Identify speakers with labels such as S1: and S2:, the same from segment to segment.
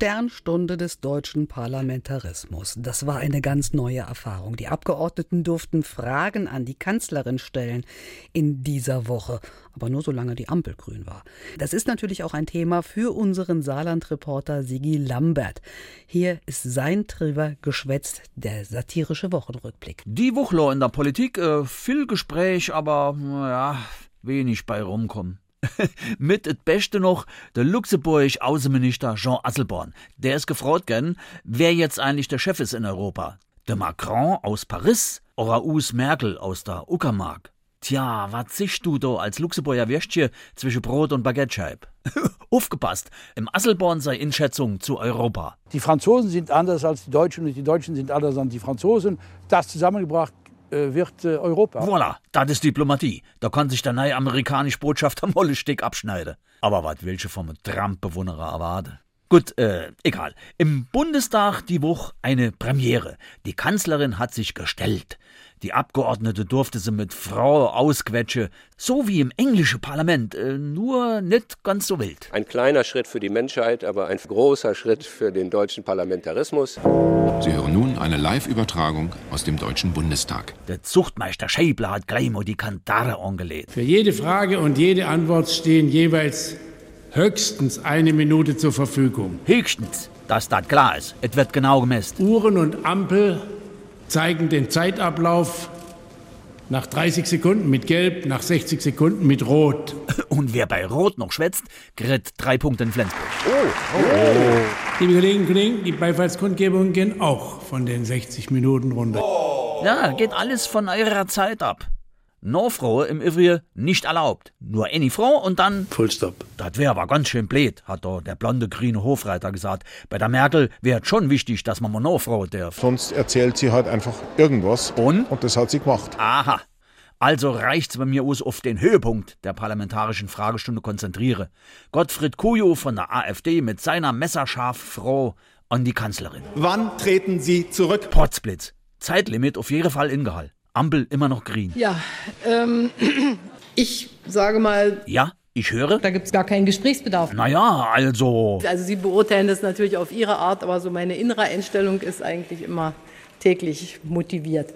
S1: Sternstunde des deutschen Parlamentarismus. Das war eine ganz neue Erfahrung. Die Abgeordneten durften Fragen an die Kanzlerin stellen in dieser Woche, aber nur solange die Ampel grün war. Das ist natürlich auch ein Thema für unseren Saarland-Reporter Sigi Lambert. Hier ist sein Triller geschwätzt, der satirische Wochenrückblick.
S2: Die Wuchler in der Politik, äh, viel Gespräch, aber ja, wenig bei rumkommen. Mit et Beste noch der Luxemburg Außenminister Jean Asselborn. Der ist gefreut gern, wer jetzt eigentlich der Chef ist in Europa. Der Macron aus Paris oder Us Merkel aus der Uckermark. Tja, was zischst du da als Luxemburger Würstchen zwischen Brot und Baguettescheib? Aufgepasst, im Asselborn sei Inschätzung zu Europa.
S3: Die Franzosen sind anders als die Deutschen und die Deutschen sind anders als die Franzosen. Das zusammengebracht wird äh, Europa.
S2: Voilà, das ist Diplomatie. Da kann sich der neue amerikanische Botschafter Mollestick abschneiden. Aber was welche vom Trump-Bewunderer erwarten? Gut, äh, egal. Im Bundestag die Woche eine Premiere. Die Kanzlerin hat sich gestellt. Die Abgeordnete durfte sie mit Frau ausquetsche, so wie im englischen Parlament, äh, nur nicht ganz so wild.
S4: Ein kleiner Schritt für die Menschheit, aber ein großer Schritt für den deutschen Parlamentarismus.
S5: Sie hören nun eine Live-Übertragung aus dem Deutschen Bundestag.
S2: Der Zuchtmeister Schäble hat gleich mal die Kantare angelegt.
S6: Für jede Frage und jede Antwort stehen jeweils höchstens eine Minute zur Verfügung.
S2: Höchstens, dass das klar ist. Es wird genau gemessen.
S6: Uhren und Ampel zeigen den Zeitablauf nach 30 Sekunden mit Gelb, nach 60 Sekunden mit Rot.
S2: Und wer bei Rot noch schwätzt, kriegt drei Punkte in Flensburg.
S6: Liebe Kolleginnen und Kollegen, die Beifallskundgebungen gehen auch von den 60 Minuten runter.
S2: Ja, geht alles von eurer Zeit ab. Norfrau im Übrigen nicht erlaubt. Nur eine Frau und dann.
S6: Full stop.
S2: Das wäre aber ganz schön blöd, hat da der blonde grüne Hofreiter gesagt. Bei der Merkel wäre schon wichtig, dass man mal Norfrau darf.
S7: Sonst erzählt sie halt einfach irgendwas.
S2: Und?
S7: Und das hat sie gemacht.
S2: Aha. Also reicht's bei mir aus auf den Höhepunkt der parlamentarischen Fragestunde konzentriere. Gottfried Kujo von der AfD mit seiner messerscharf Frau an die Kanzlerin.
S8: Wann treten Sie zurück?
S2: Potzblitz. Zeitlimit auf jeden Fall Ingehall. Ampel immer noch grün.
S9: Ja, ähm, ich sage mal,
S2: Ja, ich höre.
S9: da gibt es gar keinen Gesprächsbedarf.
S2: Naja, also.
S9: Also Sie beurteilen das natürlich auf Ihre Art, aber so meine innere Einstellung ist eigentlich immer täglich motiviert.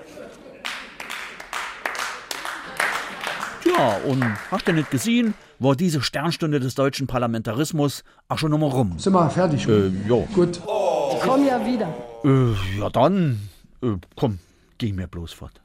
S2: Ja, und hast du nicht gesehen, war diese Sternstunde des deutschen Parlamentarismus auch schon nochmal rum. Äh,
S10: Sind wir fertig?
S2: ja.
S10: Gut.
S9: Ich komme ja wieder.
S2: Äh, ja dann. Äh, komm, geh mir bloß fort.